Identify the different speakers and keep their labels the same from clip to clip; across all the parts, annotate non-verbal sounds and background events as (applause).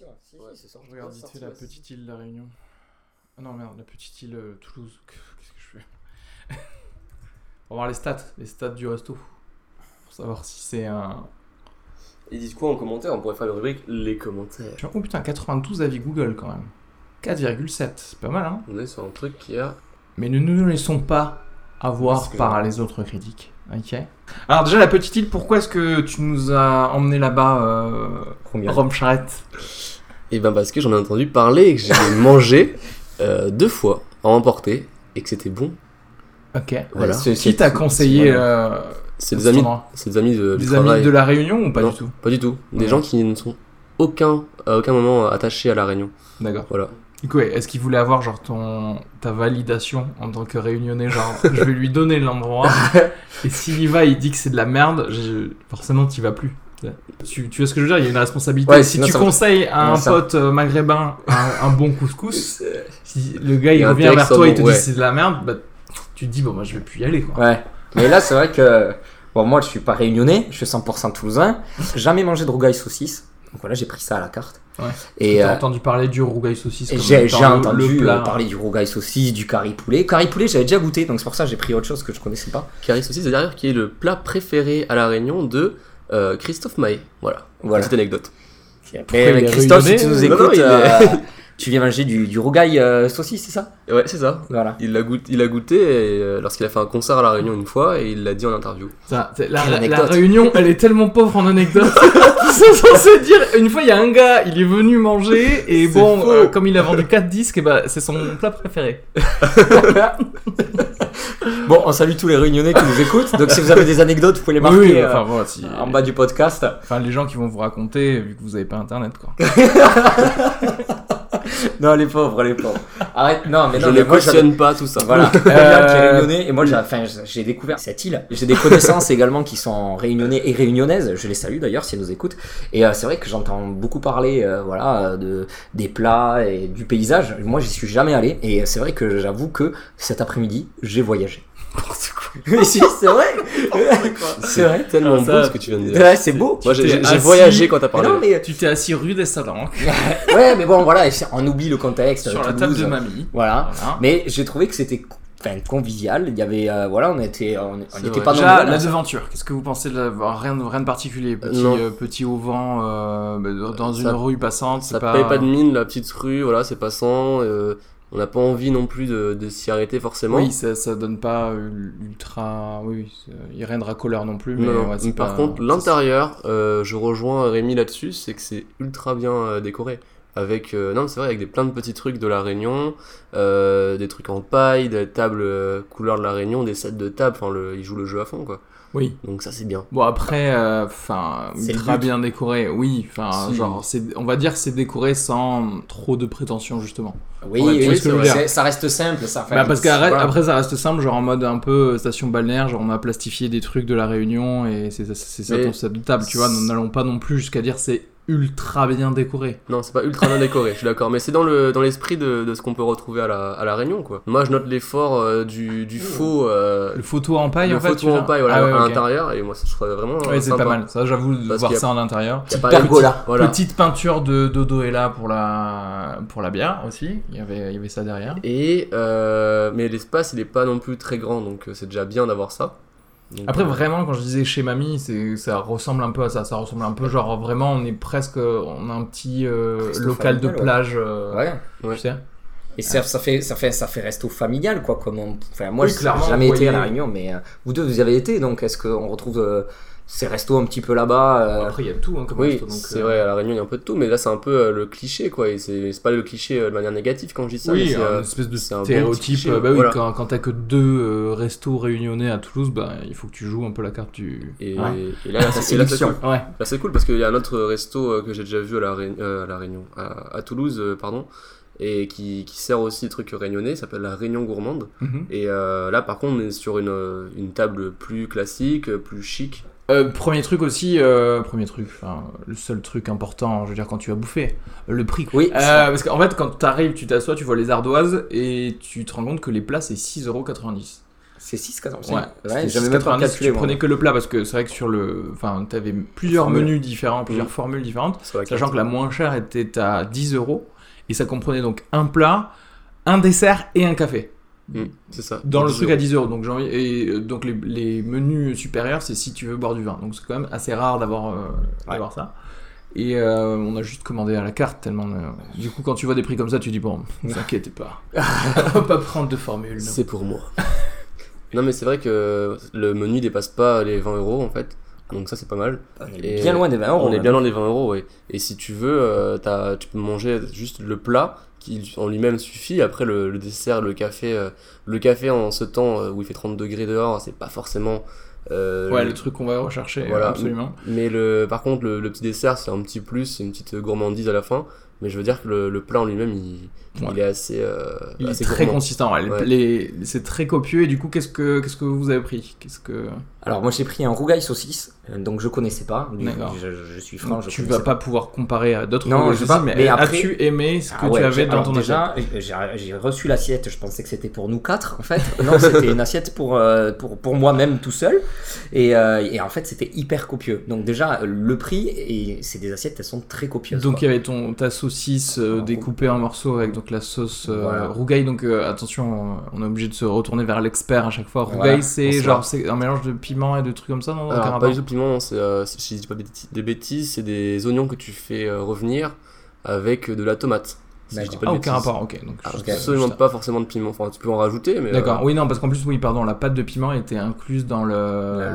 Speaker 1: c'est sorti.
Speaker 2: Regarde
Speaker 1: ouais,
Speaker 2: vite
Speaker 1: sorti
Speaker 2: fait la
Speaker 1: ouest.
Speaker 2: petite île de La Réunion. Ah non, merde, la petite île euh, Toulouse. (laughs) Qu'est-ce que je fais (laughs) On va voir les stats, les stats du resto. Pour savoir si c'est un.
Speaker 3: Ils disent quoi en commentaire On pourrait faire le rubrique les commentaires.
Speaker 2: Oh putain, 92 avis Google quand même. 4,7, c'est pas mal hein.
Speaker 3: On est sur un truc qui a.
Speaker 2: Mais ne nous laissons pas avoir
Speaker 3: Parce que-
Speaker 2: par les autres critiques. Ok. Alors déjà la petite île, pourquoi est-ce que tu nous as emmené là-bas, euh,
Speaker 3: Combien
Speaker 2: Rome Charrette
Speaker 3: Et ben parce que j'en ai entendu parler et que j'ai (laughs) mangé euh, deux fois à emporter et que c'était bon.
Speaker 2: Ok.
Speaker 3: Voilà.
Speaker 1: c'est-
Speaker 2: Qui t'a conseillé euh,
Speaker 3: C'est des
Speaker 2: cet
Speaker 3: amis,
Speaker 2: endroit
Speaker 3: c'est des amis de du
Speaker 2: Des
Speaker 3: travail.
Speaker 2: amis de la Réunion ou pas
Speaker 3: Non.
Speaker 2: du tout
Speaker 3: Pas du tout. Des
Speaker 2: Ouais.
Speaker 3: gens qui ne sont aucun à aucun moment attachés à la Réunion.
Speaker 2: D'accord.
Speaker 3: Voilà.
Speaker 2: Du coup, ouais, est-ce qu'il voulait avoir genre ton ta validation en tant que réunionnais, genre (laughs) je vais lui donner l'endroit et s'il y va, il dit que c'est de la merde, je- forcément t'y vas plus. Tu, tu vois ce que je veux dire Il y a une responsabilité.
Speaker 3: Ouais,
Speaker 2: si
Speaker 3: non,
Speaker 2: tu
Speaker 3: ça-
Speaker 2: conseilles à un
Speaker 3: non, ça-
Speaker 2: pote euh, maghrébin un, un bon couscous, si le gars
Speaker 3: Il y
Speaker 2: il
Speaker 3: a un
Speaker 2: revient vers
Speaker 3: texte,
Speaker 2: toi et
Speaker 3: bon,
Speaker 2: te
Speaker 3: ouais.
Speaker 2: dit c'est de la merde, bah, tu te dis bon moi je vais plus y aller quoi.
Speaker 1: Ouais. Mais là, c'est vrai que. Bon, moi, je suis pas réunionnais, je suis 100% toulousain. Jamais mangé de rougail saucisse. Donc voilà, j'ai pris ça à la carte.
Speaker 2: Ouais.
Speaker 1: Et,
Speaker 2: T'as
Speaker 1: euh,
Speaker 2: entendu parler du rougail saucisse
Speaker 1: et
Speaker 2: comme
Speaker 1: j'ai
Speaker 2: étant
Speaker 1: j'ai
Speaker 2: le-
Speaker 1: entendu
Speaker 2: le
Speaker 1: euh,
Speaker 2: plat.
Speaker 1: parler du rougail saucisse, du curry poulet. Curry poulet, j'avais déjà goûté, donc c'est pour ça que j'ai pris autre chose que je connaissais pas.
Speaker 3: Caris aussi, c'est d'ailleurs qui est le plat préféré à la Réunion de euh, Christophe Maé. Voilà.
Speaker 1: Voilà.
Speaker 3: Petite anecdote.
Speaker 1: Mais, euh,
Speaker 2: il est
Speaker 1: Christophe, si tu nous
Speaker 2: réunionnais
Speaker 1: écoutes,
Speaker 3: Non, non, il est-
Speaker 1: euh, tu viens manger du, du rougail euh, saucisse, c'est ça
Speaker 3: Et ouais, c'est ça.
Speaker 1: Voilà.
Speaker 3: Il l'a goûté, il a goûté et, euh, lorsqu'il a fait un concert à la Réunion une fois et il l'a dit en interview.
Speaker 2: Ça, c'est- la, la-
Speaker 1: Quelle
Speaker 2: la
Speaker 1: anecdote.
Speaker 2: réunion, elle est tellement pauvre en anecdotes. (laughs) Ils sont censés dire, une fois, il y a un gars, il est venu manger, et
Speaker 3: C'est
Speaker 2: bon,
Speaker 3: faux.
Speaker 2: euh, comme il a vendu 4 disques, et bah, c'est son plat préféré.
Speaker 1: Bon, on salue tous les réunionnais qui nous écoutent. Donc si vous avez des anecdotes, vous pouvez les marquer euh,
Speaker 2: enfin, voilà, si-
Speaker 1: en bas du podcast.
Speaker 2: enfin, les gens qui vont vous raconter, vu que vous avez pas internet, quoi.
Speaker 1: Non, les pauvres, les pauvres. Arrête, non, mais
Speaker 3: je
Speaker 1: non,
Speaker 3: ne
Speaker 1: mais moi, j'avais-
Speaker 3: cautionne pas tout ça.
Speaker 1: (laughs) Voilà,
Speaker 2: Euh,
Speaker 1: Regarde qui est réunionnais. Et moi, j'ai enfin, j'ai découvert cette île. J'ai des connaissances (laughs) également qui sont réunionnais et réunionnaises. Je les salue d'ailleurs si elles nous écoutent. Et euh, c'est vrai que j'entends beaucoup parler euh, voilà, euh, de, des plats et du paysage. Moi, j'y suis jamais allé. Et c'est vrai que j'avoue que cet après-midi, j'ai voyagé. (laughs) Mais si, c'est vrai. c'est vrai.
Speaker 3: tellement
Speaker 2: Ah, ça-
Speaker 3: beau ce que tu viens de dire.
Speaker 1: (laughs) Ouais, c'est beau.
Speaker 3: Moi, j'ai-
Speaker 2: t'es
Speaker 3: j'ai j'ai
Speaker 2: assis-
Speaker 3: voyagé quand t'as
Speaker 1: Mais
Speaker 3: parlé.
Speaker 1: non, mais,
Speaker 2: Tu t'es assis rue des Salanques,
Speaker 1: (laughs) ouais, mais bon, voilà, et c'est- on oublie le contexte.
Speaker 2: sur la
Speaker 1: Toulouse.
Speaker 2: table de mamie.
Speaker 1: Voilà.
Speaker 2: Voilà.
Speaker 1: Mais j'ai trouvé que c'était enfin, convivial. Il y avait, euh, voilà, on était, on on
Speaker 2: C'est
Speaker 1: n'était
Speaker 2: vrai.
Speaker 1: pas dans
Speaker 2: Déjà,
Speaker 1: le
Speaker 2: la
Speaker 1: bon, hein.
Speaker 2: devanture, qu'est-ce que vous pensez de la... bah, rien, de- rien de particulier, petit,
Speaker 3: non.
Speaker 2: euh, petit au vent, euh, bah, dans une
Speaker 3: Ça-
Speaker 2: rue passante, c'est
Speaker 3: Ça paye pas de mine, la petite rue, voilà, c'est passant. euh, on n'a pas envie non plus de, de s'y arrêter forcément.
Speaker 2: Oui, ça, ça donne pas euh, ultra. Oui, oui, c'est- il y a rien de racoleur non plus. Mais,
Speaker 3: Non, non.
Speaker 2: ouais, c'est
Speaker 3: Mais par
Speaker 2: pas-
Speaker 3: contre,
Speaker 2: ça,
Speaker 3: l'intérieur, euh, je rejoins Rémi là-dessus, c'est que c'est ultra bien euh, décoré. Avec, euh, non, c'est vrai, avec des, plein de petits trucs de la Réunion, euh, des trucs en paille, des tables euh, couleur de la Réunion, des sets de table, enfin, le- ils jouent le jeu à fond, quoi.
Speaker 2: c'est- Oui.
Speaker 3: Donc ça, c'est bien.
Speaker 2: Bon, après, euh, enfin,
Speaker 1: C'est le
Speaker 2: ultra
Speaker 1: but.
Speaker 2: bien décoré. Oui, enfin,
Speaker 1: Si.
Speaker 2: genre, c'est- on va dire que c'est décoré sans trop de prétention, justement.
Speaker 1: Oui,
Speaker 2: Ouais, tu
Speaker 1: oui,
Speaker 2: vois ce que je veux dire.
Speaker 1: c'est- ça reste simple, ça. Enfin,
Speaker 2: Bah, parce
Speaker 1: c'est-
Speaker 2: qu'après,
Speaker 1: voilà.
Speaker 2: après, ça reste simple, genre en mode un peu euh, station balnéaire, genre on a plastifié des trucs de la Réunion et c'est c'est ça
Speaker 3: Mais-
Speaker 2: ton set de table, tu vois. Nous n'allons pas non plus jusqu'à dire c'est ultra bien décoré.
Speaker 3: Non, c'est pas ultra bien décoré, je suis d'accord, mais c'est dans le dans l'esprit de, de ce qu'on peut retrouver à la, à la Réunion, quoi. Moi, je note l'effort euh, du, du faux. euh,
Speaker 2: Le photo en Mmh. paille,
Speaker 3: le
Speaker 2: en fait.
Speaker 3: faux
Speaker 2: tu
Speaker 3: tour
Speaker 2: veux
Speaker 3: en
Speaker 2: dire
Speaker 3: paille, voilà,
Speaker 2: Ah ouais,
Speaker 3: à
Speaker 2: ok.
Speaker 3: l'intérieur, et moi, ça, je trouvais vraiment. euh,
Speaker 2: Ouais, c'est
Speaker 3: sympa.
Speaker 2: pas mal. Ça, j'avoue, de
Speaker 3: Parce
Speaker 2: voir
Speaker 3: qu'il y a-
Speaker 2: ça à l'intérieur.
Speaker 3: Y a pas-
Speaker 1: Pergola.
Speaker 3: Voilà.
Speaker 2: Petite peinture de Dodo est là pour la, pour la bière aussi. Il y avait, il y avait ça derrière.
Speaker 3: Et euh, mais l'espace il est pas non plus très grand donc euh, c'est déjà bien d'avoir ça. Donc,
Speaker 2: Après,
Speaker 3: euh,
Speaker 2: vraiment, quand je disais chez Mamie, c'est- ça ressemble un peu à ça. Ça ressemble un peu, genre, vraiment, on est presque. On a un petit euh,
Speaker 1: Christophe
Speaker 2: local de
Speaker 1: Amical, ouais.
Speaker 2: plage. euh,
Speaker 1: Ouais.
Speaker 2: Tu sais
Speaker 1: Et ça, ça fait, ça fait, ça fait resto familial, quoi. Comme on- enfin, moi,
Speaker 2: Oui,
Speaker 1: j'ai
Speaker 2: clairement,
Speaker 1: jamais
Speaker 2: vous
Speaker 1: été à la
Speaker 2: voyez.
Speaker 1: Réunion, mais euh, vous deux, vous y avez été. Donc, est-ce qu'on retrouve euh, ces restos un petit peu là-bas euh,
Speaker 2: Après, il y a tout, hein, comme
Speaker 3: oui,
Speaker 2: resto, donc,
Speaker 3: c'est
Speaker 2: euh,
Speaker 3: vrai, à la Réunion il y a un peu de tout, mais là c'est un peu euh, le cliché quoi, et c'est c'est pas le cliché euh, de manière négative quand je dis ça, mais
Speaker 2: Oui, hein,
Speaker 3: c'est,
Speaker 2: un
Speaker 3: euh,
Speaker 2: espèce de
Speaker 3: c'est un bon petit
Speaker 2: stéréotype.
Speaker 3: cliché,
Speaker 2: bah oui,
Speaker 3: voilà.
Speaker 2: quand, quand t'as que deux euh, restos réunionnais à Toulouse, bah, il faut que tu joues un peu la carte du.
Speaker 3: et,
Speaker 2: Ouais.
Speaker 3: et là, c'est- et là, c'est
Speaker 1: séduction.
Speaker 3: cool.
Speaker 2: Ouais.
Speaker 3: Là, c'est cool parce qu'il y a un autre resto euh, que j'ai déjà vu à la, Ré- euh, à la Réunion, à, à Toulouse euh, pardon, et qui, qui sert aussi des trucs réunionnais, ça s'appelle la Réunion gourmande.
Speaker 2: Mhm.
Speaker 3: Et euh, là par contre on est sur une, euh, une table plus classique, euh, plus chic.
Speaker 2: Euh, premier truc aussi, euh, premier truc, enfin, le seul truc important, je veux dire, quand tu vas bouffer, le prix.
Speaker 1: Oui.
Speaker 2: Euh, parce qu'en fait, quand t'arrives, tu t'assois, tu vois les ardoises et tu te rends compte que les plats c'est 6,90€.
Speaker 1: C'est 6, 14
Speaker 2: Ouais,
Speaker 1: ouais
Speaker 2: c'était
Speaker 1: j'avais même pas
Speaker 2: 6,90,
Speaker 1: calculé.
Speaker 2: Tu
Speaker 1: moi.
Speaker 2: prenais que le plat parce que c'est vrai que sur le. Enfin, t'avais plusieurs
Speaker 1: Formule. Mm.
Speaker 2: menus différents, plusieurs formules différentes.
Speaker 3: Sur la carte.
Speaker 2: Sachant que la moins chère était à 10 euros. Et ça comprenait donc un plat, un dessert et un café.
Speaker 3: Mm, c'est ça.
Speaker 2: Dans le
Speaker 3: 10
Speaker 2: truc
Speaker 3: euros.
Speaker 2: à 10 euros. Donc, j'ai envie- et euh, donc les, les menus supérieurs, c'est si tu veux boire du vin. Donc, c'est quand même assez rare d'avoir euh, d'avoir ça. Et euh, on a juste commandé à la carte tellement. euh, Du coup, quand tu vois des prix comme ça, tu dis bon, ne vous inquiétez pas. On va pas prendre de formule. non.
Speaker 3: C'est pour moi. non, mais c'est vrai que le menu dépasse pas les 20 euros en fait. Donc ça, c'est pas mal.
Speaker 1: On est
Speaker 3: Et
Speaker 1: bien loin des 20
Speaker 2: Oh,
Speaker 1: euros.
Speaker 3: On est
Speaker 1: même.
Speaker 3: bien dans les 20 euros, ouais. Et si tu veux, euh, t'as- tu peux manger juste le plat qui en lui-même suffit. Après, le, le dessert, le café. euh, le café en ce temps euh, où il fait 30 degrés dehors, c'est pas forcément. euh,
Speaker 2: Ouais, le truc qu'on va rechercher,
Speaker 3: Voilà.
Speaker 2: absolument.
Speaker 3: Mais le, par contre, le, le petit dessert, c'est un petit plus, c'est une petite gourmandise à la fin. Mais je veux dire que le, le plat en lui-même, il,
Speaker 2: Ouais.
Speaker 3: il est assez. euh,
Speaker 2: Il est
Speaker 3: assez
Speaker 2: très
Speaker 3: gourmand.
Speaker 2: consistant, ouais. Les-
Speaker 3: Ouais.
Speaker 2: les- c'est très copieux. Et du coup, qu'est-ce que qu'est-ce que vous avez pris Qu'est-ce que
Speaker 1: Alors moi j'ai pris un rougail saucisse, euh, donc je connaissais pas. Du-
Speaker 2: D'accord.
Speaker 1: Je, je- je suis franc, je
Speaker 2: tu vas
Speaker 1: connaissais
Speaker 2: pas pouvoir comparer à d'autres
Speaker 1: Non, je sais pas,
Speaker 2: mais,
Speaker 1: mais après-
Speaker 2: as-tu aimé ce que
Speaker 1: Ah ouais,
Speaker 2: tu avais
Speaker 1: j'ai-
Speaker 2: dans
Speaker 1: alors
Speaker 2: ton assiette
Speaker 1: déjà, j'ai- j'ai reçu l'assiette, je pensais que c'était pour nous quatre en fait. Non, c'était une assiette pour, euh, pour, pour moi-même tout seul. Et, euh, et en fait, c'était hyper copieux. Donc, déjà, le prix, et c'est des assiettes, elles sont très copieuses.
Speaker 2: Donc il
Speaker 1: quoi.
Speaker 2: y avait ton ta saucisse euh,
Speaker 1: Alors,
Speaker 2: découpée en morceaux avec donc la sauce euh,
Speaker 1: Voilà.
Speaker 2: rougail. Donc euh, attention, on on est obligé de se retourner vers l'expert à chaque fois.
Speaker 1: Voilà,
Speaker 2: Rougail,
Speaker 1: on
Speaker 2: c'est
Speaker 1: se
Speaker 2: genre c'est un mélange de piment et de trucs comme ça, non
Speaker 3: Alors,
Speaker 2: Aucun
Speaker 3: pas
Speaker 2: rapport
Speaker 3: du tout piment, c'est, euh, c'est- si je dis pas des bêtis- des bêtises, c'est des oignons que tu fais euh, revenir avec de la tomate. Si je dis
Speaker 1: D'accord.
Speaker 3: pas de
Speaker 2: Ah,
Speaker 3: bêtises.
Speaker 2: aucun rapport. Ok, donc
Speaker 3: Ah,
Speaker 2: juste- euh,
Speaker 3: Absolument
Speaker 2: juste-
Speaker 3: pas forcément de piment. Enfin, tu peux en rajouter, mais. euh,
Speaker 2: D'accord, oui, non, parce qu'en plus, oui, pardon, la pâte de piment était incluse dans le,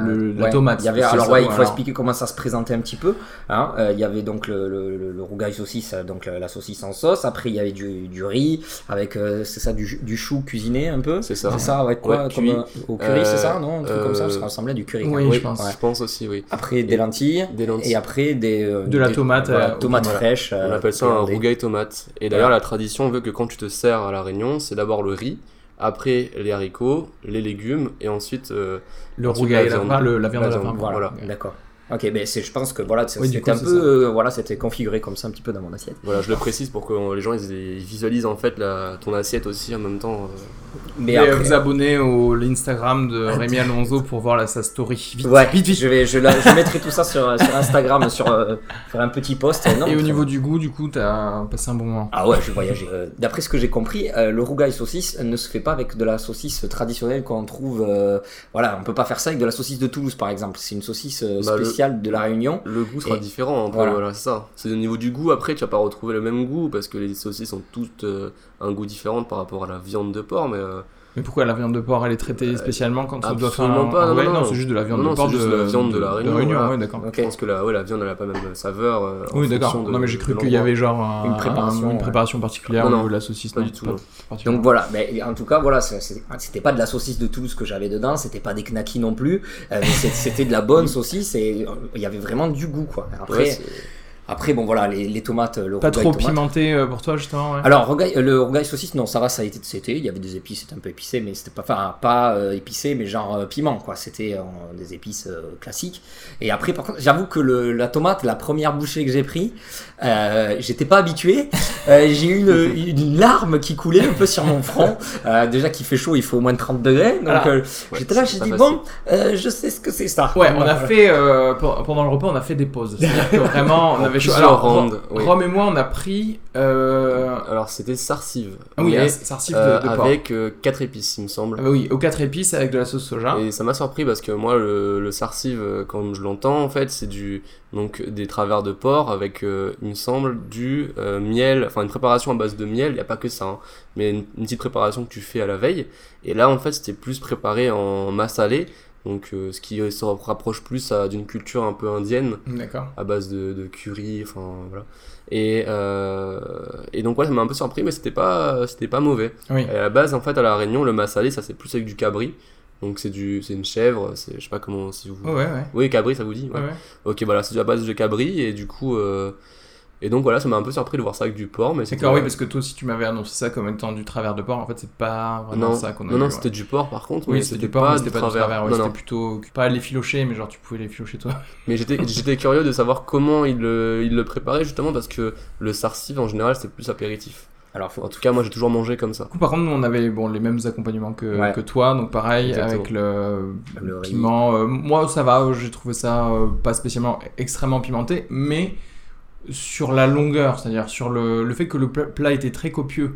Speaker 2: le- la
Speaker 1: Ouais,
Speaker 2: tomate.
Speaker 1: Il y avait,
Speaker 2: C'est
Speaker 1: alors,
Speaker 2: ça,
Speaker 1: ouais, il faut
Speaker 2: voilà.
Speaker 1: expliquer comment ça se présentait un petit peu. hein. Euh, il y avait donc le, le, le- le rougail saucisse, euh, donc la, la saucisse en sauce. Après, il y avait du, du riz, avec, euh, c'est ça, du, du chou cuisiné un peu.
Speaker 3: C'est ça.
Speaker 2: Ah,
Speaker 1: C'est ça, avec quoi
Speaker 3: Ouais,
Speaker 1: comme,
Speaker 3: cuit.
Speaker 1: euh, Au curry, c'est ça, non Un truc comme ça,
Speaker 3: euh,
Speaker 1: ça ressemblait à du curry.
Speaker 2: oui,
Speaker 1: hein.
Speaker 2: je pense.
Speaker 1: Ouais.
Speaker 3: Je pense aussi, oui.
Speaker 1: Après, des lentilles.
Speaker 3: Des lentilles.
Speaker 1: Et après, des, euh,
Speaker 2: De la
Speaker 1: des-
Speaker 2: tomate,
Speaker 1: voilà,
Speaker 2: euh,
Speaker 1: tomate
Speaker 2: voilà.
Speaker 1: fraîche.
Speaker 3: On
Speaker 1: euh,
Speaker 3: appelle ça un
Speaker 1: friandée.
Speaker 3: rougail tomate. Et d'ailleurs, la tradition veut que quand tu te sers à la réunion, c'est d'abord le riz, après les haricots, les légumes, et ensuite. euh,
Speaker 2: Le
Speaker 3: Ensuite, la
Speaker 2: rougail, la,
Speaker 3: viande.
Speaker 2: enfin, le- la viande
Speaker 3: La
Speaker 2: de la
Speaker 3: viande,
Speaker 2: fin.
Speaker 1: Voilà,
Speaker 3: Voilà.
Speaker 1: d'accord. Ok, mais c'est, je pense que voilà, c'est-
Speaker 2: Oui, du
Speaker 1: c'était
Speaker 2: coup,
Speaker 1: un
Speaker 2: c'est
Speaker 1: peu,
Speaker 2: ça.
Speaker 1: euh, voilà, c'était configuré comme ça un petit peu dans mon assiette.
Speaker 3: Voilà, je le précise pour que euh, les gens ils, ils visualisent en fait la, ton assiette aussi en même temps. euh.
Speaker 1: Mais
Speaker 2: Et euh,
Speaker 1: après-
Speaker 2: vous abonnez au l'Instagram
Speaker 1: (laughs)
Speaker 2: de Rémi Alonso pour voir la, sa story. Vite,
Speaker 1: ouais,
Speaker 2: vite, vite.
Speaker 1: je vais, je, la- je mettrai tout ça sur, euh, sur Instagram, sur euh, faire un petit post. euh, Non,
Speaker 2: Et au
Speaker 1: très
Speaker 2: niveau
Speaker 1: bien.
Speaker 2: du goût, du coup, t'as passé un bon moment.
Speaker 1: Ah ouais, je voyageais. Euh, D'après ce que j'ai compris, euh, le rougail saucisse ne se fait pas avec de la saucisse traditionnelle qu'on trouve. euh, voilà, on peut pas faire ça avec de la saucisse de Toulouse, par exemple. C'est une saucisse euh,
Speaker 3: Bah, le-
Speaker 1: spéciale de la Réunion.
Speaker 3: Le goût sera
Speaker 1: Et-
Speaker 3: différent. un peu,
Speaker 1: voilà.
Speaker 3: Voilà, c'est ça. C'est au niveau du goût. Après, tu vas pas retrouver le même goût parce que les saucisses ont toutes euh, un goût différent par rapport à la viande de porc, mais euh,
Speaker 2: Mais pourquoi la viande de porc, elle est traitée spécialement quand on doit faire
Speaker 3: absolument
Speaker 2: un
Speaker 3: pas, non,
Speaker 2: rougail
Speaker 3: non.
Speaker 2: Non, c'est juste de la viande
Speaker 3: Non,
Speaker 2: de
Speaker 3: non,
Speaker 2: porc
Speaker 3: c'est juste de la viande de la Réunion, voilà.
Speaker 2: ouais, d'accord.
Speaker 1: Ok.
Speaker 3: je pense que la, ouais, la viande elle a pas même euh, saveur. euh, en
Speaker 2: Oui, d'accord.
Speaker 3: fonction de-
Speaker 2: Non, mais j'ai cru
Speaker 3: de
Speaker 2: qu'il y
Speaker 3: l'endroit.
Speaker 2: avait genre un-
Speaker 1: Une préparation,
Speaker 2: un-
Speaker 1: ouais.
Speaker 2: une préparation particulière
Speaker 3: Non,
Speaker 2: au
Speaker 3: non,
Speaker 2: niveau de la saucisse.
Speaker 3: pas
Speaker 2: non,
Speaker 3: du tout, non.
Speaker 2: particulièrement.
Speaker 1: Donc voilà, mais en tout cas, voilà, c'est- c'est- c'était pas de la saucisse de Toulouse que j'avais dedans, c'était pas des knackis non plus, euh, mais c'est- c'était de la bonne saucisse et euh, il y avait vraiment du goût quoi. Après,
Speaker 3: Ouais, c'est-
Speaker 1: après bon voilà, les, les tomates, le
Speaker 2: Pas
Speaker 1: rougail
Speaker 2: trop
Speaker 1: tomate.
Speaker 2: pimenté euh, pour toi, justement, ouais.
Speaker 1: (laughs) Alors rougail- euh, le rougail saucisse, non, ça va, ça a été c'était, il y avait des épices, c'était un peu épicé, mais c'était pas, enfin pas euh, épicé, mais genre euh, piment quoi. C'était euh, des épices euh, classiques. Et après, par contre, j'avoue que le, la tomate, la première bouchée que j'ai pris, euh, j'étais pas habitué. Euh, j'ai
Speaker 2: (laughs)
Speaker 1: eu une, une larme qui coulait un peu sur mon front. Euh, déjà qu'il fait chaud, il faut au moins 30 degrés. Donc
Speaker 2: Ah.
Speaker 1: euh,
Speaker 3: ouais,
Speaker 1: j'étais là,
Speaker 3: c'est
Speaker 1: j'ai
Speaker 3: pas
Speaker 1: dit
Speaker 3: facile.
Speaker 1: bon, euh, je sais ce que c'est ça.
Speaker 2: Ouais, on a fait euh, pe- pendant le repas, on a fait des pauses. C'est-à-dire que
Speaker 3: (laughs)
Speaker 2: vraiment, on
Speaker 3: En
Speaker 2: avait chaud.
Speaker 3: plusieurs
Speaker 2: Alors,
Speaker 3: rounds,
Speaker 2: Ro-
Speaker 3: oui.
Speaker 2: Rome et moi, on a pris. euh,
Speaker 3: Alors c'était sarcive.
Speaker 2: Ah oui,
Speaker 3: mais,
Speaker 2: un sarcif
Speaker 3: euh,
Speaker 2: de, de porc.
Speaker 3: avec 4 épices, il me semble.
Speaker 2: Ah bah oui, aux quatre épices avec de la sauce soja.
Speaker 3: Et ça m'a surpris parce que moi, le, le sarcive, euh, comme je l'entends, en fait, c'est du donc des travers de porc avec, euh, il me semble, du euh, miel, enfin une préparation à base de miel. Il n'y a pas que ça, hein, mais une, une petite préparation que tu fais à la veille. Et là, en fait, c'était plus préparé en masse salée, donc euh, ce qui se rapproche plus à- d'une culture un peu indienne
Speaker 2: D'accord.
Speaker 3: à base de, de curry, enfin voilà. Et, euh, et donc ouais, ça m'a un peu surpris, mais c'était pas, c'était pas mauvais.
Speaker 2: Oui.
Speaker 3: Et à la base, en fait, à la Réunion, le massalé, ça c'est plus avec du cabri. Donc c'est du, c'est une chèvre. C'est, je sais pas comment, si vous.
Speaker 2: Ouais, ouais, ouais.
Speaker 3: Oui, cabri, ça vous dit. ouais.
Speaker 2: ouais.
Speaker 3: Ok, voilà, c'est à base de cabri et du coup, euh, et donc voilà, ça m'a un peu surpris de voir ça avec du porc, mais c'était-
Speaker 2: D'accord, oui, parce que toi aussi, tu m'avais annoncé ça comme étant du travers de porc. En fait, c'est pas vraiment
Speaker 3: non,
Speaker 2: ça qu'on a
Speaker 3: non,
Speaker 2: eu,
Speaker 3: non,
Speaker 2: ouais.
Speaker 3: c'était du porc par contre, mais
Speaker 2: Oui, c'était du porc, mais c'était pas du travers. ouais,
Speaker 3: Non,
Speaker 2: c'était
Speaker 3: non.
Speaker 2: plutôt pas les filocher, mais genre tu pouvais les filocher toi.
Speaker 3: Mais j'étais j'étais curieux de savoir comment il le, il le préparait justement parce que le sarcive en général c'est plus apéritif.
Speaker 1: Alors, faut...
Speaker 3: En tout cas, moi j'ai toujours mangé comme ça.
Speaker 2: Du coup, par contre, nous, on avait bon, les mêmes accompagnements que,
Speaker 1: Ouais.
Speaker 2: que toi, donc pareil,
Speaker 3: Exactement.
Speaker 2: avec le,
Speaker 1: Le riz.
Speaker 2: piment. euh, moi, ça va, euh, j'ai trouvé ça euh, pas spécialement extrêmement pimenté, mais sur la longueur, c'est-à-dire sur le, le fait que le pla- plat était très copieux.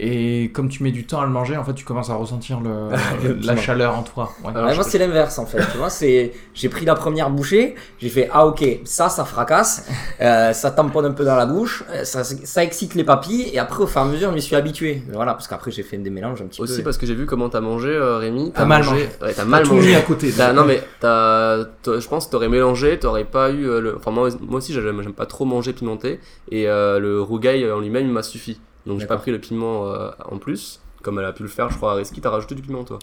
Speaker 2: Et comme tu mets du temps à le manger, en fait, tu commences à
Speaker 3: (laughs)
Speaker 2: ressentir le,
Speaker 1: Le
Speaker 2: la
Speaker 1: piment.
Speaker 2: chaleur en toi. Ouais.
Speaker 1: Ouais, moi, c'est l'inverse en fait. tu vois, c'est j'ai pris la première bouchée, j'ai fait ah ok, ça, ça fracasse, euh, ça tamponne un peu dans la bouche, euh, ça, ça excite les papilles, et après au fur et à mesure, je m'y suis habitué. Voilà, parce qu'après j'ai fait des mélanges un petit
Speaker 3: Aussi
Speaker 1: peu.
Speaker 3: parce que j'ai vu comment t'as mangé, euh, Rémi.
Speaker 2: T'as mal
Speaker 3: Ouais, t'as mal
Speaker 2: tout mis
Speaker 3: mangé.
Speaker 2: à côté.
Speaker 3: T'as- non mais t'as- t'as- je pense que t'aurais mélangé, t'aurais pas eu euh, le. Enfin moi, moi aussi j'aime j'aime pas trop manger pimenté et euh, le rougail euh, en lui-même il m'a suffi. Donc j'ai pas
Speaker 1: D'accord.
Speaker 3: pris le piment euh, en plus, comme elle a pu le faire je crois à Reski, t'as rajouté du piment toi.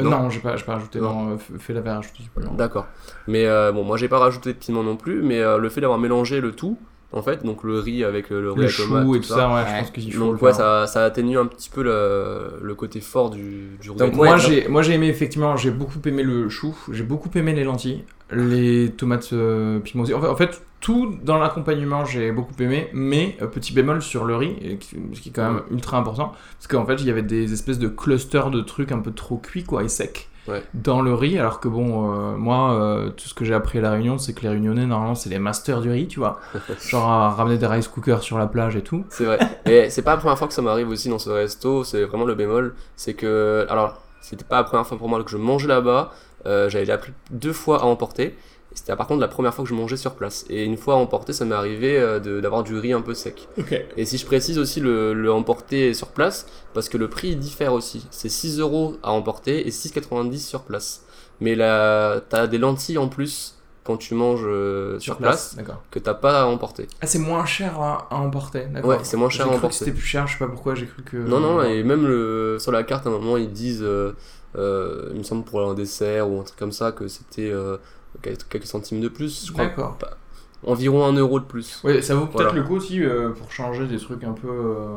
Speaker 2: Euh,
Speaker 3: non.
Speaker 2: non, j'ai pas, j'ai pas rajouté.
Speaker 3: Non.
Speaker 2: Non, euh, f- fais la verre, je te dis pas. non.
Speaker 3: D'accord. Mais euh, bon moi j'ai pas rajouté de piment non plus, mais euh, le fait d'avoir mélangé le tout, en fait, donc le riz avec euh, Bah, le, le riz
Speaker 2: Le
Speaker 3: à tomate,
Speaker 2: chou et tout ça, ouais, je
Speaker 1: Ouais.
Speaker 2: pense qu'il faut.
Speaker 3: Donc
Speaker 2: le
Speaker 3: ouais, ça,
Speaker 2: faire.
Speaker 3: ça atténue un petit peu le, le côté fort du, du rougail.
Speaker 1: Donc,
Speaker 2: Moi
Speaker 1: Ouais,
Speaker 2: j'ai moi j'ai aimé effectivement, j'ai beaucoup aimé le chou, j'ai beaucoup aimé les lentilles, les tomates euh, piment aussi. En fait, en fait, tout dans l'accompagnement, j'ai beaucoup aimé, mais euh, petit bémol sur le riz, et qui- ce qui est quand même
Speaker 3: Mm.
Speaker 2: ultra important, parce qu'en fait, il y avait des espèces de clusters de trucs un peu trop cuits quoi et secs.
Speaker 3: Ouais.
Speaker 2: Dans le riz, alors que bon, euh, moi, euh, tout ce que j'ai appris à la Réunion, c'est que les Réunionnais, normalement, c'est les masters du riz,
Speaker 3: (laughs)
Speaker 2: tu vois. Genre à ramener des rice cookers sur la plage et tout.
Speaker 3: C'est vrai. Et c'est pas la première fois que ça m'arrive aussi dans ce resto, c'est vraiment le bémol. C'est que. Alors, c'était pas la première fois pour moi que je mangeais là-bas. euh, J'avais déjà pris deux fois à emporter. C'était par contre la première fois que je mangeais sur place. Et une fois à emporter, ça m'est arrivé euh, de- d'avoir du riz un peu sec.
Speaker 2: Ok.
Speaker 3: Et si je précise aussi le, le emporter sur place, parce que le prix il diffère aussi. C'est 6 euros à emporter et 6,90 sur place. Mais là, t'as des lentilles en plus quand tu manges euh, sur, place,
Speaker 2: D'accord.
Speaker 3: que t'as pas à emporter.
Speaker 2: Ah, c'est moins cher à, à emporter, d'accord.
Speaker 3: Ouais, c'est moins cher
Speaker 2: J'ai
Speaker 3: à
Speaker 2: cru que
Speaker 3: emporter.
Speaker 2: c'était plus cher, je sais pas pourquoi, j'ai cru que.
Speaker 3: Non, non, et même le, sur la carte, à un moment, ils disent, euh, euh, il me semble pour un dessert ou un truc comme ça, que c'était euh, quelques quelques centimes de plus, je crois.
Speaker 2: D'accord.
Speaker 3: Environ un euro de plus.
Speaker 2: Ouais, ça vaut peut-être
Speaker 3: Voilà.
Speaker 2: le coup aussi euh, pour changer des trucs un peu euh,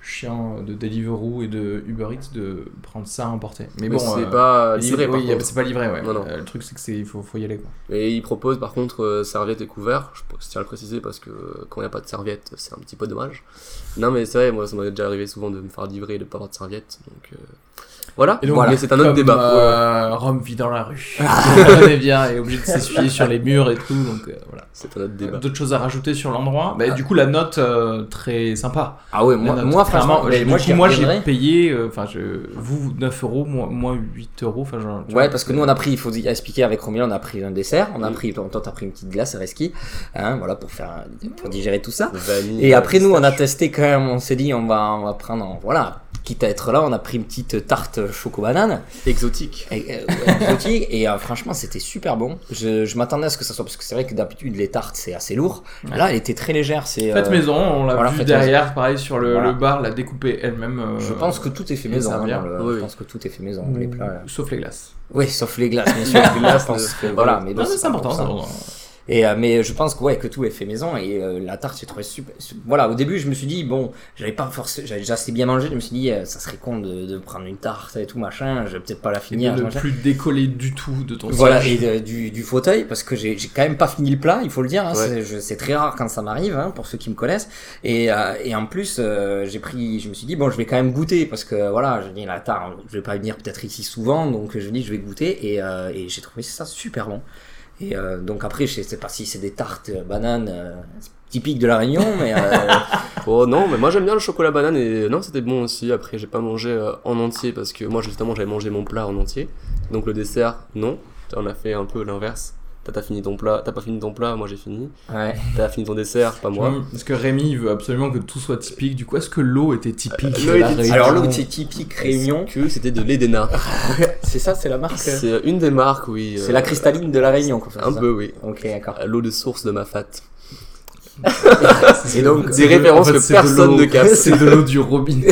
Speaker 2: chiants euh, de Deliveroo et de Uber Eats de prendre ça à emporter. Mais,
Speaker 3: Mais
Speaker 2: bon,
Speaker 3: c'est
Speaker 2: euh,
Speaker 3: pas
Speaker 2: c'est-
Speaker 3: livré, par
Speaker 2: oui,
Speaker 3: contre.
Speaker 2: c'est pas livré, ouais.
Speaker 3: Non, non.
Speaker 2: Euh, le truc, c'est que c'est il faut, faut y aller, quoi.
Speaker 3: Et ils proposent, par contre, euh, serviettes et couverts. Je p- je tiens à le préciser parce que euh, quand il n'y a pas de serviettes, c'est un petit peu dommage. Non, mais c'est vrai, moi, ça m'est déjà arrivé souvent de me faire livrer et de pas avoir de serviettes. Donc, euh, voilà.
Speaker 2: Et donc,
Speaker 3: mais c'est un autre
Speaker 2: Comme,
Speaker 3: débat. Ah.
Speaker 2: Euh, Rome vit dans la rue. (laughs) On est bien, et
Speaker 3: (laughs)
Speaker 2: obligé de s'essuyer sur les murs et tout, donc euh, voilà.
Speaker 3: C'est un autre débat.
Speaker 2: D'autres choses à rajouter sur l'endroit. Bah, du coup, la note euh, très sympa.
Speaker 1: Ah ouais,
Speaker 2: Moi,
Speaker 1: moi, moi franchement, mais moi,
Speaker 2: moi,
Speaker 1: j'y
Speaker 2: moi j'ai
Speaker 1: reviendrai.
Speaker 2: payé, euh, enfin, je, vous 9 euros, moi, moi 8 euros, enfin, genre, tu
Speaker 1: Ouais,
Speaker 2: vois,
Speaker 1: parce que
Speaker 2: c'est-
Speaker 1: nous on a pris, il faut dire- expliquer avec Roméo, on a pris un dessert, on a
Speaker 3: Mm.
Speaker 1: pris, toi t'as pris une petite glace à Reski, hein, voilà, pour faire, pour digérer tout ça.
Speaker 3: Vanille,
Speaker 1: Et après nous on a
Speaker 3: pistache.
Speaker 1: testé quand même, on s'est dit on va, on va prendre, voilà, quitte à être là, on a pris une petite tarte choco-banane.
Speaker 3: Exotique.
Speaker 1: Et, euh, ouais, exotique. et euh, franchement, c'était super bon. Je, je m'attendais à ce que ça soit parce que c'est vrai que d'habitude les tartes c'est assez lourd.
Speaker 2: Ouais.
Speaker 1: Là, elle était très légère. C'est. euh,
Speaker 2: Faites maison, on l'a
Speaker 1: voilà,
Speaker 2: vu
Speaker 1: faites
Speaker 2: derrière, pareil, sur le,
Speaker 1: Voilà.
Speaker 2: le bar, l'a découpé elle-même. euh,
Speaker 1: Je pense que tout est fait
Speaker 2: Et
Speaker 1: maison.
Speaker 2: servir.
Speaker 1: hein, dans le-
Speaker 3: Oui, oui.
Speaker 1: Je pense que tout est fait maison. Les plats. là.
Speaker 2: Sauf les glaces.
Speaker 1: Oui, sauf les glaces,
Speaker 2: (laughs)
Speaker 1: bien sûr.
Speaker 3: Les glaces,
Speaker 1: Je pense que,
Speaker 3: euh,
Speaker 1: voilà, mais
Speaker 2: bah Non,
Speaker 1: bon,
Speaker 2: mais c'est
Speaker 1: pas
Speaker 2: important,
Speaker 1: pour
Speaker 2: c'est
Speaker 1: ça.
Speaker 2: important.
Speaker 1: Et euh, mais je pense que ouais que tout est fait maison et euh, la tarte j'ai trouvé super, su- Voilà, au début je me suis dit bon, j'avais pas forcé, j'avais déjà assez bien mangé, je me suis dit euh, ça serait con de, de prendre une tarte et tout machin, je vais peut-être pas la
Speaker 2: Et
Speaker 1: finir.
Speaker 2: de ne
Speaker 1: machin.
Speaker 2: plus décoller du tout de ton
Speaker 1: Voilà,
Speaker 2: siège.
Speaker 1: et de- du, du fauteuil, parce que j'ai j'ai quand même pas fini le plat, il faut le dire. hein,
Speaker 3: Ouais.
Speaker 1: c'est- je- C'est très rare quand ça m'arrive, hein, pour ceux qui me connaissent. Et, euh, et en plus, euh, j'ai pris, je me suis dit, bon, je vais quand même goûter, parce que voilà, je dis, la tarte, je vais pas venir peut-être ici souvent, donc je dis, je vais goûter, et, euh, et j'ai trouvé ça super bon. Et euh, donc après, je sais pas si c'est des tartes euh, bananes euh, typiques de la Réunion, mais euh,
Speaker 3: (laughs) Oh non, mais moi j'aime bien le chocolat banane et non, c'était bon aussi. Après, j'ai pas mangé euh, en entier parce que moi justement j'avais mangé mon plat en entier. Donc le dessert, non. Toi, On a fait un peu l'inverse. Toi, T'as fini ton plat, t'as pas fini ton plat, moi j'ai fini.
Speaker 1: ouais.
Speaker 3: T'as fini ton dessert, pas moi.
Speaker 2: Parce que Rémi, il veut absolument que tout soit typique. Du coup, est-ce que l'eau était typique
Speaker 3: Euh, l'eau
Speaker 2: de la
Speaker 3: était-
Speaker 2: Réunion
Speaker 1: Alors l'autre, c'est typique Réunion.
Speaker 3: Que c'était de l'Edena.
Speaker 1: C'est ça, c'est la marque. C'est
Speaker 3: C'est euh, une des marques, oui. euh,
Speaker 1: la cristalline de la Réunion, quoi.
Speaker 3: Un
Speaker 1: c'est ça
Speaker 3: peu, oui.
Speaker 1: Ok,
Speaker 3: (laughs)
Speaker 1: d'accord. (laughs)
Speaker 3: L'eau de source de ma fat.
Speaker 1: Et donc,
Speaker 3: Des références que
Speaker 2: c'est de
Speaker 3: personne
Speaker 2: l'eau-
Speaker 3: ne capte.
Speaker 2: C'est de l'eau du
Speaker 1: (laughs)
Speaker 2: robinet.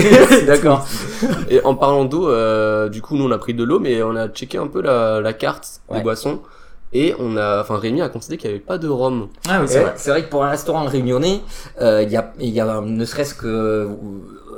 Speaker 1: d'accord.
Speaker 3: Et en parlant d'eau, euh, du coup, nous on a pris de l'eau, mais on a checké un peu la, la carte
Speaker 1: Ouais.
Speaker 3: des boissons. Et on a, enfin, Rémi a considéré qu'il n'y avait pas de rhum.
Speaker 2: Ah oui,
Speaker 1: C'est vrai. c'est vrai que pour un restaurant réunionnais, euh, il y, a, il y a ne serait-ce que euh,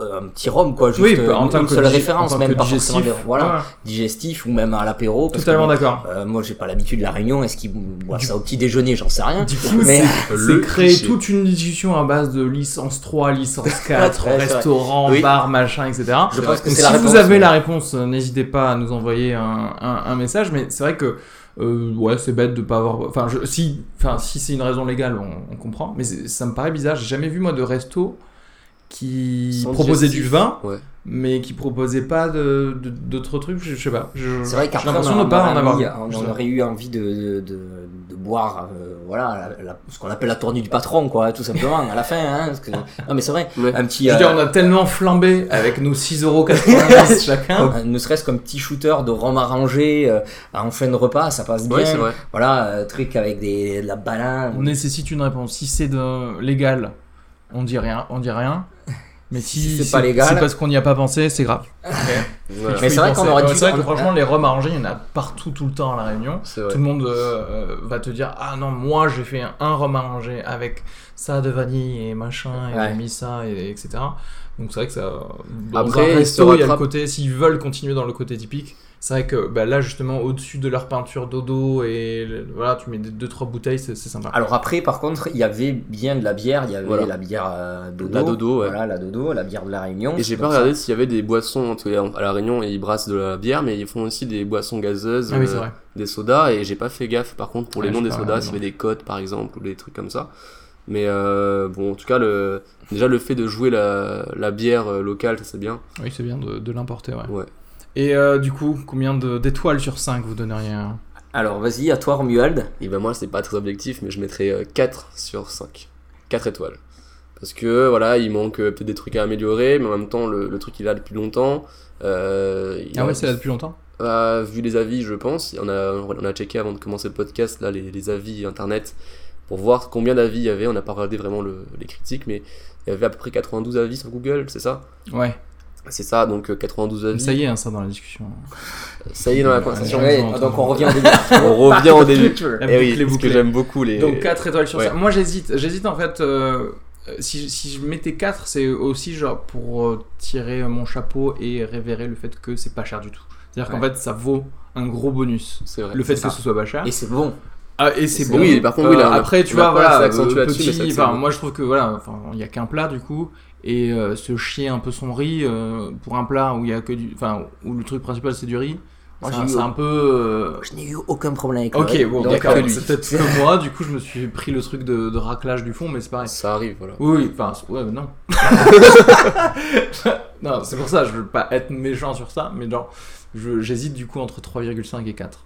Speaker 1: un petit rhum, quoi, juste
Speaker 2: Oui,
Speaker 1: euh,
Speaker 2: en tant
Speaker 1: une
Speaker 2: que
Speaker 1: seule
Speaker 2: digi-
Speaker 1: référence,
Speaker 2: en tant
Speaker 1: même
Speaker 2: que
Speaker 1: pas forcément
Speaker 2: digestif.
Speaker 1: des- voilà,
Speaker 2: Ouais,
Speaker 1: digestif ou même à l'apéro. parce que
Speaker 2: totalement
Speaker 1: bon,
Speaker 2: d'accord.
Speaker 1: euh, moi, j'ai pas l'habitude de la réunion. Est-ce qu'ils boivent
Speaker 2: Du-
Speaker 1: ça au petit déjeuner J'en sais rien.
Speaker 2: Du coup,
Speaker 1: hein, Mais-
Speaker 2: c'est-
Speaker 1: (laughs)
Speaker 3: Le
Speaker 2: c'est créer
Speaker 3: cliché.
Speaker 2: toute une discussion à base de licence 3, licence 4,
Speaker 1: (laughs) Ouais, c'est vrai.
Speaker 2: restaurant,
Speaker 3: Oui.
Speaker 2: bar, machin, etc.
Speaker 1: Je pense
Speaker 2: Donc,
Speaker 1: que c'est
Speaker 2: si
Speaker 1: la réponse.
Speaker 2: vous avez
Speaker 1: mais-
Speaker 2: la réponse, euh, n'hésitez pas à nous envoyer un, un- un message. Mais c'est vrai que euh, ouais, c'est bête de pas avoir. Enfin, je- si, enfin, si c'est une raison légale, on, on comprend. Mais c'est- ça me paraît bizarre. J'ai jamais vu moi de resto qui
Speaker 3: Sans
Speaker 2: proposait
Speaker 3: digestif.
Speaker 2: du vin,
Speaker 3: Ouais.
Speaker 2: mais qui proposait pas de- de- d'autres trucs. Je, je sais pas. Je-
Speaker 1: C'est vrai
Speaker 2: j'ai
Speaker 1: qu'après,
Speaker 2: l'impression
Speaker 1: on
Speaker 2: de pas en
Speaker 1: aurait
Speaker 2: avoir.
Speaker 1: mis- euh,
Speaker 2: vu.
Speaker 1: on
Speaker 2: Je-
Speaker 1: aurait eu envie de, de, de- de boire, euh, voilà, la- la- ce qu'on appelle la tournée du patron, quoi, tout simplement, à la fin. Hein, parce que- Non, mais c'est vrai,
Speaker 3: Ouais.
Speaker 1: un petit.
Speaker 2: Je veux dire,
Speaker 1: euh,
Speaker 2: on a tellement flambé avec nos
Speaker 1: (laughs)
Speaker 2: 6,90€ chacun.
Speaker 1: euh, ne serait-ce qu'un petit shooter de rhum arrangé euh, en fin de repas, ça passe bien.
Speaker 3: Ouais, c'est vrai.
Speaker 1: Voilà, euh, truc avec des, de la banane.
Speaker 2: On nécessite une réponse. Si c'est de- légal, on dit rien, on dit rien. Mais si,
Speaker 1: Si c'est pas légal-
Speaker 2: c'est parce qu'on n'y a pas pensé, c'est grave.
Speaker 3: Voilà.
Speaker 1: Mais
Speaker 2: Il
Speaker 1: c'est
Speaker 2: faut y
Speaker 1: vrai qu'on
Speaker 2: penser.
Speaker 1: aurait
Speaker 2: Ouais,
Speaker 1: dû- euh,
Speaker 2: c'est vrai que
Speaker 1: on-
Speaker 2: franchement, les rhums arrangés, il y en a partout, tout le temps à la Réunion.
Speaker 3: C'est vrai.
Speaker 2: Tout le monde euh, euh, va te dire ah non moi j'ai fait un, un rhum arrangé avec ça de vanille et machin et
Speaker 1: Ouais.
Speaker 2: j'ai mis ça et, etc. Donc c'est vrai que ça dans
Speaker 3: Après,
Speaker 2: un
Speaker 3: ils se
Speaker 2: resto, il y a le
Speaker 3: rattrapent.
Speaker 2: côté s'ils veulent continuer dans le côté typique c'est vrai que bah, là justement au-dessus de leur peinture dodo et le- voilà tu mets des- deux trois bouteilles c'est c'est
Speaker 3: Ah,
Speaker 2: sympa.
Speaker 1: Alors après, par contre, il y avait bien de la bière. Il y avait
Speaker 3: Voilà.
Speaker 1: la bière euh, dodo.
Speaker 3: La dodo, ouais.
Speaker 1: Voilà, la dodo, la bière de la Réunion.
Speaker 3: Et j'ai pas
Speaker 1: Donc,
Speaker 3: regardé s'il y avait des boissons, parce qu'à- à La Réunion, ils brassent de la bière, mais ils font aussi des boissons gazeuses,
Speaker 2: Ah oui
Speaker 3: euh,
Speaker 2: c'est vrai.
Speaker 3: des sodas, et j'ai pas fait gaffe par contre pour les
Speaker 2: Ouais,
Speaker 3: noms
Speaker 2: j'ai
Speaker 3: des
Speaker 2: pas
Speaker 3: sodas,
Speaker 2: regardé
Speaker 3: s'il y avait des codes par exemple, ou des trucs comme ça. Mais euh, bon, en tout cas, le... déjà le fait de jouer la, la bière euh, locale, ça c'est bien.
Speaker 2: Oui c'est bien de, de l'importer ouais.
Speaker 3: Ouais.
Speaker 2: Et euh, du coup combien de- d'étoiles sur 5 vous donneriez hein
Speaker 1: Alors vas-y, à toi Romuald.
Speaker 3: Et ben moi, c'est pas très objectif, mais je mettrais euh, 4 sur 5. 4 étoiles. Parce que voilà, il manque euh, peut-être des trucs à améliorer, mais en même temps, le, le truc il a depuis longtemps. euh, il
Speaker 2: Ah
Speaker 3: a-
Speaker 2: ouais c'est là depuis longtemps.
Speaker 3: Euh, vu les avis, je pense, on a, on a checké avant de commencer le podcast là, les, les avis internet pour voir combien d'avis il y avait. On n'a pas regardé vraiment le- les critiques, mais il y avait à peu près 92 avis sur Google, c'est ça
Speaker 2: Ouais.
Speaker 3: C'est ça, donc euh, 92 avis.
Speaker 2: Ça y est hein, ça dans la discussion.
Speaker 3: Ça y est dans la conversation.
Speaker 2: Ouais,
Speaker 1: donc
Speaker 3: (laughs)
Speaker 1: on revient au début.
Speaker 3: On revient au début.
Speaker 2: La
Speaker 3: Eh oui,
Speaker 2: boucle est
Speaker 3: parce que
Speaker 2: bouclée.
Speaker 3: j'aime beaucoup les.
Speaker 2: Donc 4 étoiles sur
Speaker 3: Ouais.
Speaker 2: 5. Moi j'hésite, j'hésite en fait. euh, si, si je mettais 4, c'est aussi genre pour euh, tirer mon chapeau et révérer le fait que c'est pas cher du tout. C'est-à-dire qu'en
Speaker 1: Ouais.
Speaker 2: fait ça vaut un gros bonus.
Speaker 3: c'est vrai.
Speaker 2: Le fait
Speaker 1: c'est
Speaker 2: que
Speaker 1: ça.
Speaker 2: ce soit pas cher.
Speaker 1: Et c'est bon.
Speaker 2: Ah, et c'est
Speaker 1: c'est-
Speaker 2: bon. Euh,
Speaker 3: oui, par contre, oui, là, on a-
Speaker 2: après, tu
Speaker 3: on a
Speaker 2: vois,
Speaker 3: pas
Speaker 2: voilà,
Speaker 3: assez accentué
Speaker 2: euh,
Speaker 3: là-dessus, mais c'est vrai
Speaker 2: petit,
Speaker 3: que c'est
Speaker 2: enfin,
Speaker 3: bon.
Speaker 2: moi je trouve que voilà, enfin, il y a qu'un plat du coup, et euh, se chier un peu son riz euh, pour un plat où il y a que du, enfin, où le truc principal c'est du riz,
Speaker 1: Moi,
Speaker 2: c'est
Speaker 1: j'ai
Speaker 2: un-
Speaker 1: eu-
Speaker 2: c'est un peu. euh,
Speaker 1: Je n'ai eu aucun problème avec le
Speaker 2: Ok,
Speaker 1: reste.
Speaker 2: bon,
Speaker 1: Donc,
Speaker 2: d'accord,
Speaker 1: euh,
Speaker 3: lui.
Speaker 2: c'est peut-être que moi, du coup, je me suis pris le truc de, de raclage du fond, mais c'est pareil.
Speaker 3: Ça arrive, voilà.
Speaker 2: Oui, oui, enfin, c'est- ouais, mais
Speaker 1: (laughs)
Speaker 2: non. (laughs) non, c'est pour ça, je veux pas être méchant sur ça, mais genre, je- j'hésite du coup entre 3,5 et 4.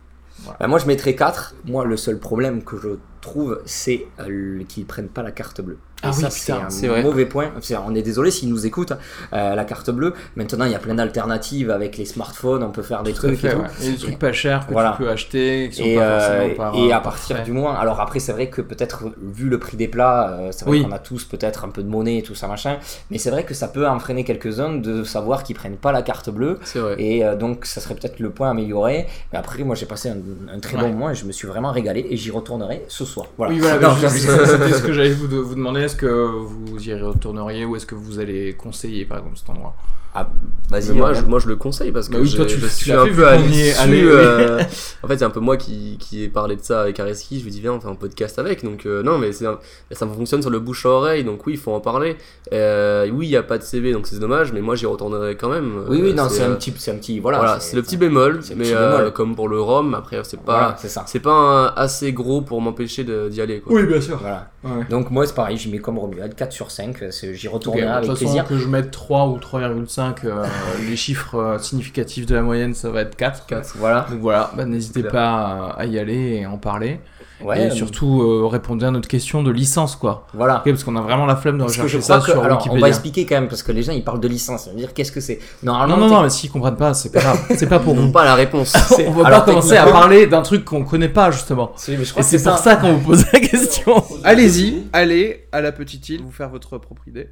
Speaker 1: bah, moi je mettrais 4. Moi le seul problème que je trouve c'est euh, le- qu'ils prennent pas la carte bleue.
Speaker 2: Ah
Speaker 1: Et
Speaker 2: oui,
Speaker 1: ça,
Speaker 2: putain,
Speaker 1: c'est
Speaker 3: c'est
Speaker 1: un
Speaker 3: vrai.
Speaker 1: mauvais point. C'est- on est désolé s'ils nous écoutent. hein. Euh, la carte bleue. Maintenant il y a plein d'alternatives avec les smartphones. On peut faire des trucs et tout.
Speaker 2: Et des trucs pas chers que
Speaker 1: Voilà.
Speaker 2: tu peux acheter, qui sont
Speaker 1: Et,
Speaker 2: pas
Speaker 1: euh,
Speaker 2: forcément par-
Speaker 1: et à
Speaker 2: par
Speaker 1: partir
Speaker 2: frais.
Speaker 1: du moins, alors après c'est vrai que peut-être vu le prix des plats, euh, c'est vrai
Speaker 2: Oui.
Speaker 1: qu'on a tous peut-être un peu de monnaie et tout ça machin, mais c'est vrai que ça peut entraîner quelques-uns de savoir qu'ils prennent pas la carte bleue
Speaker 3: C'est vrai.
Speaker 1: et euh, donc ça serait peut-être le point amélioré. Mais après moi j'ai passé un, un très
Speaker 2: Ouais.
Speaker 1: bon moment et je me suis vraiment régalé et j'y retournerai ce soir. Voilà.
Speaker 2: Oui, voilà,
Speaker 1: Non,
Speaker 2: mais
Speaker 3: (laughs)
Speaker 2: je- (laughs)
Speaker 1: je-
Speaker 2: c'était ce que j'allais vous, de- vous demander. Est-ce que vous y retourneriez ou est-ce que vous allez conseiller, par exemple, cet endroit
Speaker 1: Ah, vas-y.
Speaker 3: Mais moi,
Speaker 1: Romain.
Speaker 3: je, moi, je le conseille parce que
Speaker 2: Bah oui, toi,
Speaker 3: j'ai-
Speaker 2: tu-
Speaker 3: je
Speaker 2: tu
Speaker 3: suis
Speaker 2: l'as
Speaker 3: un
Speaker 2: fait, vu
Speaker 3: peu à
Speaker 2: qu'on y est
Speaker 3: l'issue,
Speaker 2: allé, oui. (laughs)
Speaker 3: euh, en fait, c'est un peu moi qui, qui ai parlé de ça avec Areski. Je lui ai dit, viens, on fait un podcast avec. Donc, euh, non, mais c'est un- ça fonctionne sur le bouche à oreille. Donc, oui, il faut en parler. Euh, oui, il n'y a pas de CV, donc c'est dommage. Mais moi, j'y retournerai quand même.
Speaker 1: Oui
Speaker 3: Euh,
Speaker 1: oui non c'est un
Speaker 3: euh,
Speaker 1: petit c'est un petit
Speaker 3: Voilà,
Speaker 1: voilà.
Speaker 3: c'est le petit bémol.
Speaker 1: c'est le
Speaker 3: Mais
Speaker 1: petit
Speaker 3: euh,
Speaker 1: bémol.
Speaker 3: comme pour le Rhum, après, c'est pas,
Speaker 1: Voilà, c'est ça.
Speaker 3: c'est pas un- assez gros pour m'empêcher de- d'y aller. Quoi.
Speaker 2: Oui, bien sûr.
Speaker 1: Voilà.
Speaker 2: Ouais.
Speaker 1: Donc moi c'est pareil, j'y mets comme Romuald 4 sur 5, c'est- j'y
Speaker 2: Ok, bah,
Speaker 1: retournerai
Speaker 2: De
Speaker 1: avec
Speaker 2: toute façon,
Speaker 1: plaisir.
Speaker 2: que je mette 3 ou 3,5, euh,
Speaker 1: (laughs)
Speaker 2: les chiffres euh, significatifs de la moyenne, ça va être 4.
Speaker 1: Voilà.
Speaker 2: Donc voilà, bah, n'hésitez
Speaker 3: Clair.
Speaker 2: pas à à y aller et en parler.
Speaker 1: Ouais.
Speaker 2: et surtout, euh, répondez à notre question de licence, quoi.
Speaker 1: Voilà.
Speaker 2: Ok, parce qu'on a vraiment la flemme de
Speaker 1: Parce que je
Speaker 2: rechercher
Speaker 1: crois
Speaker 2: ça
Speaker 1: que,
Speaker 2: sur
Speaker 1: alors, on va
Speaker 2: Wikipédia.
Speaker 1: expliquer quand même, parce que les gens ils parlent de licence, ça veut dire qu'est-ce que c'est
Speaker 2: Non,
Speaker 1: Normalement,
Speaker 2: non, non, mais s'ils comprennent pas, c'est pas
Speaker 1: (laughs)
Speaker 2: grave. C'est pas pour
Speaker 3: Ils n'ont
Speaker 2: vous.
Speaker 3: pas la réponse.
Speaker 2: On va
Speaker 1: alors,
Speaker 2: pas commencer à
Speaker 1: techniquement-
Speaker 2: parler d'un truc qu'on connaît pas, justement.
Speaker 1: t'es- c'est- mais je crois
Speaker 2: Et
Speaker 1: que (laughs)
Speaker 2: c'est pour ça qu'on vous pose la question.
Speaker 4: Allez-y, allez à la petite île, vous faire votre propre idée.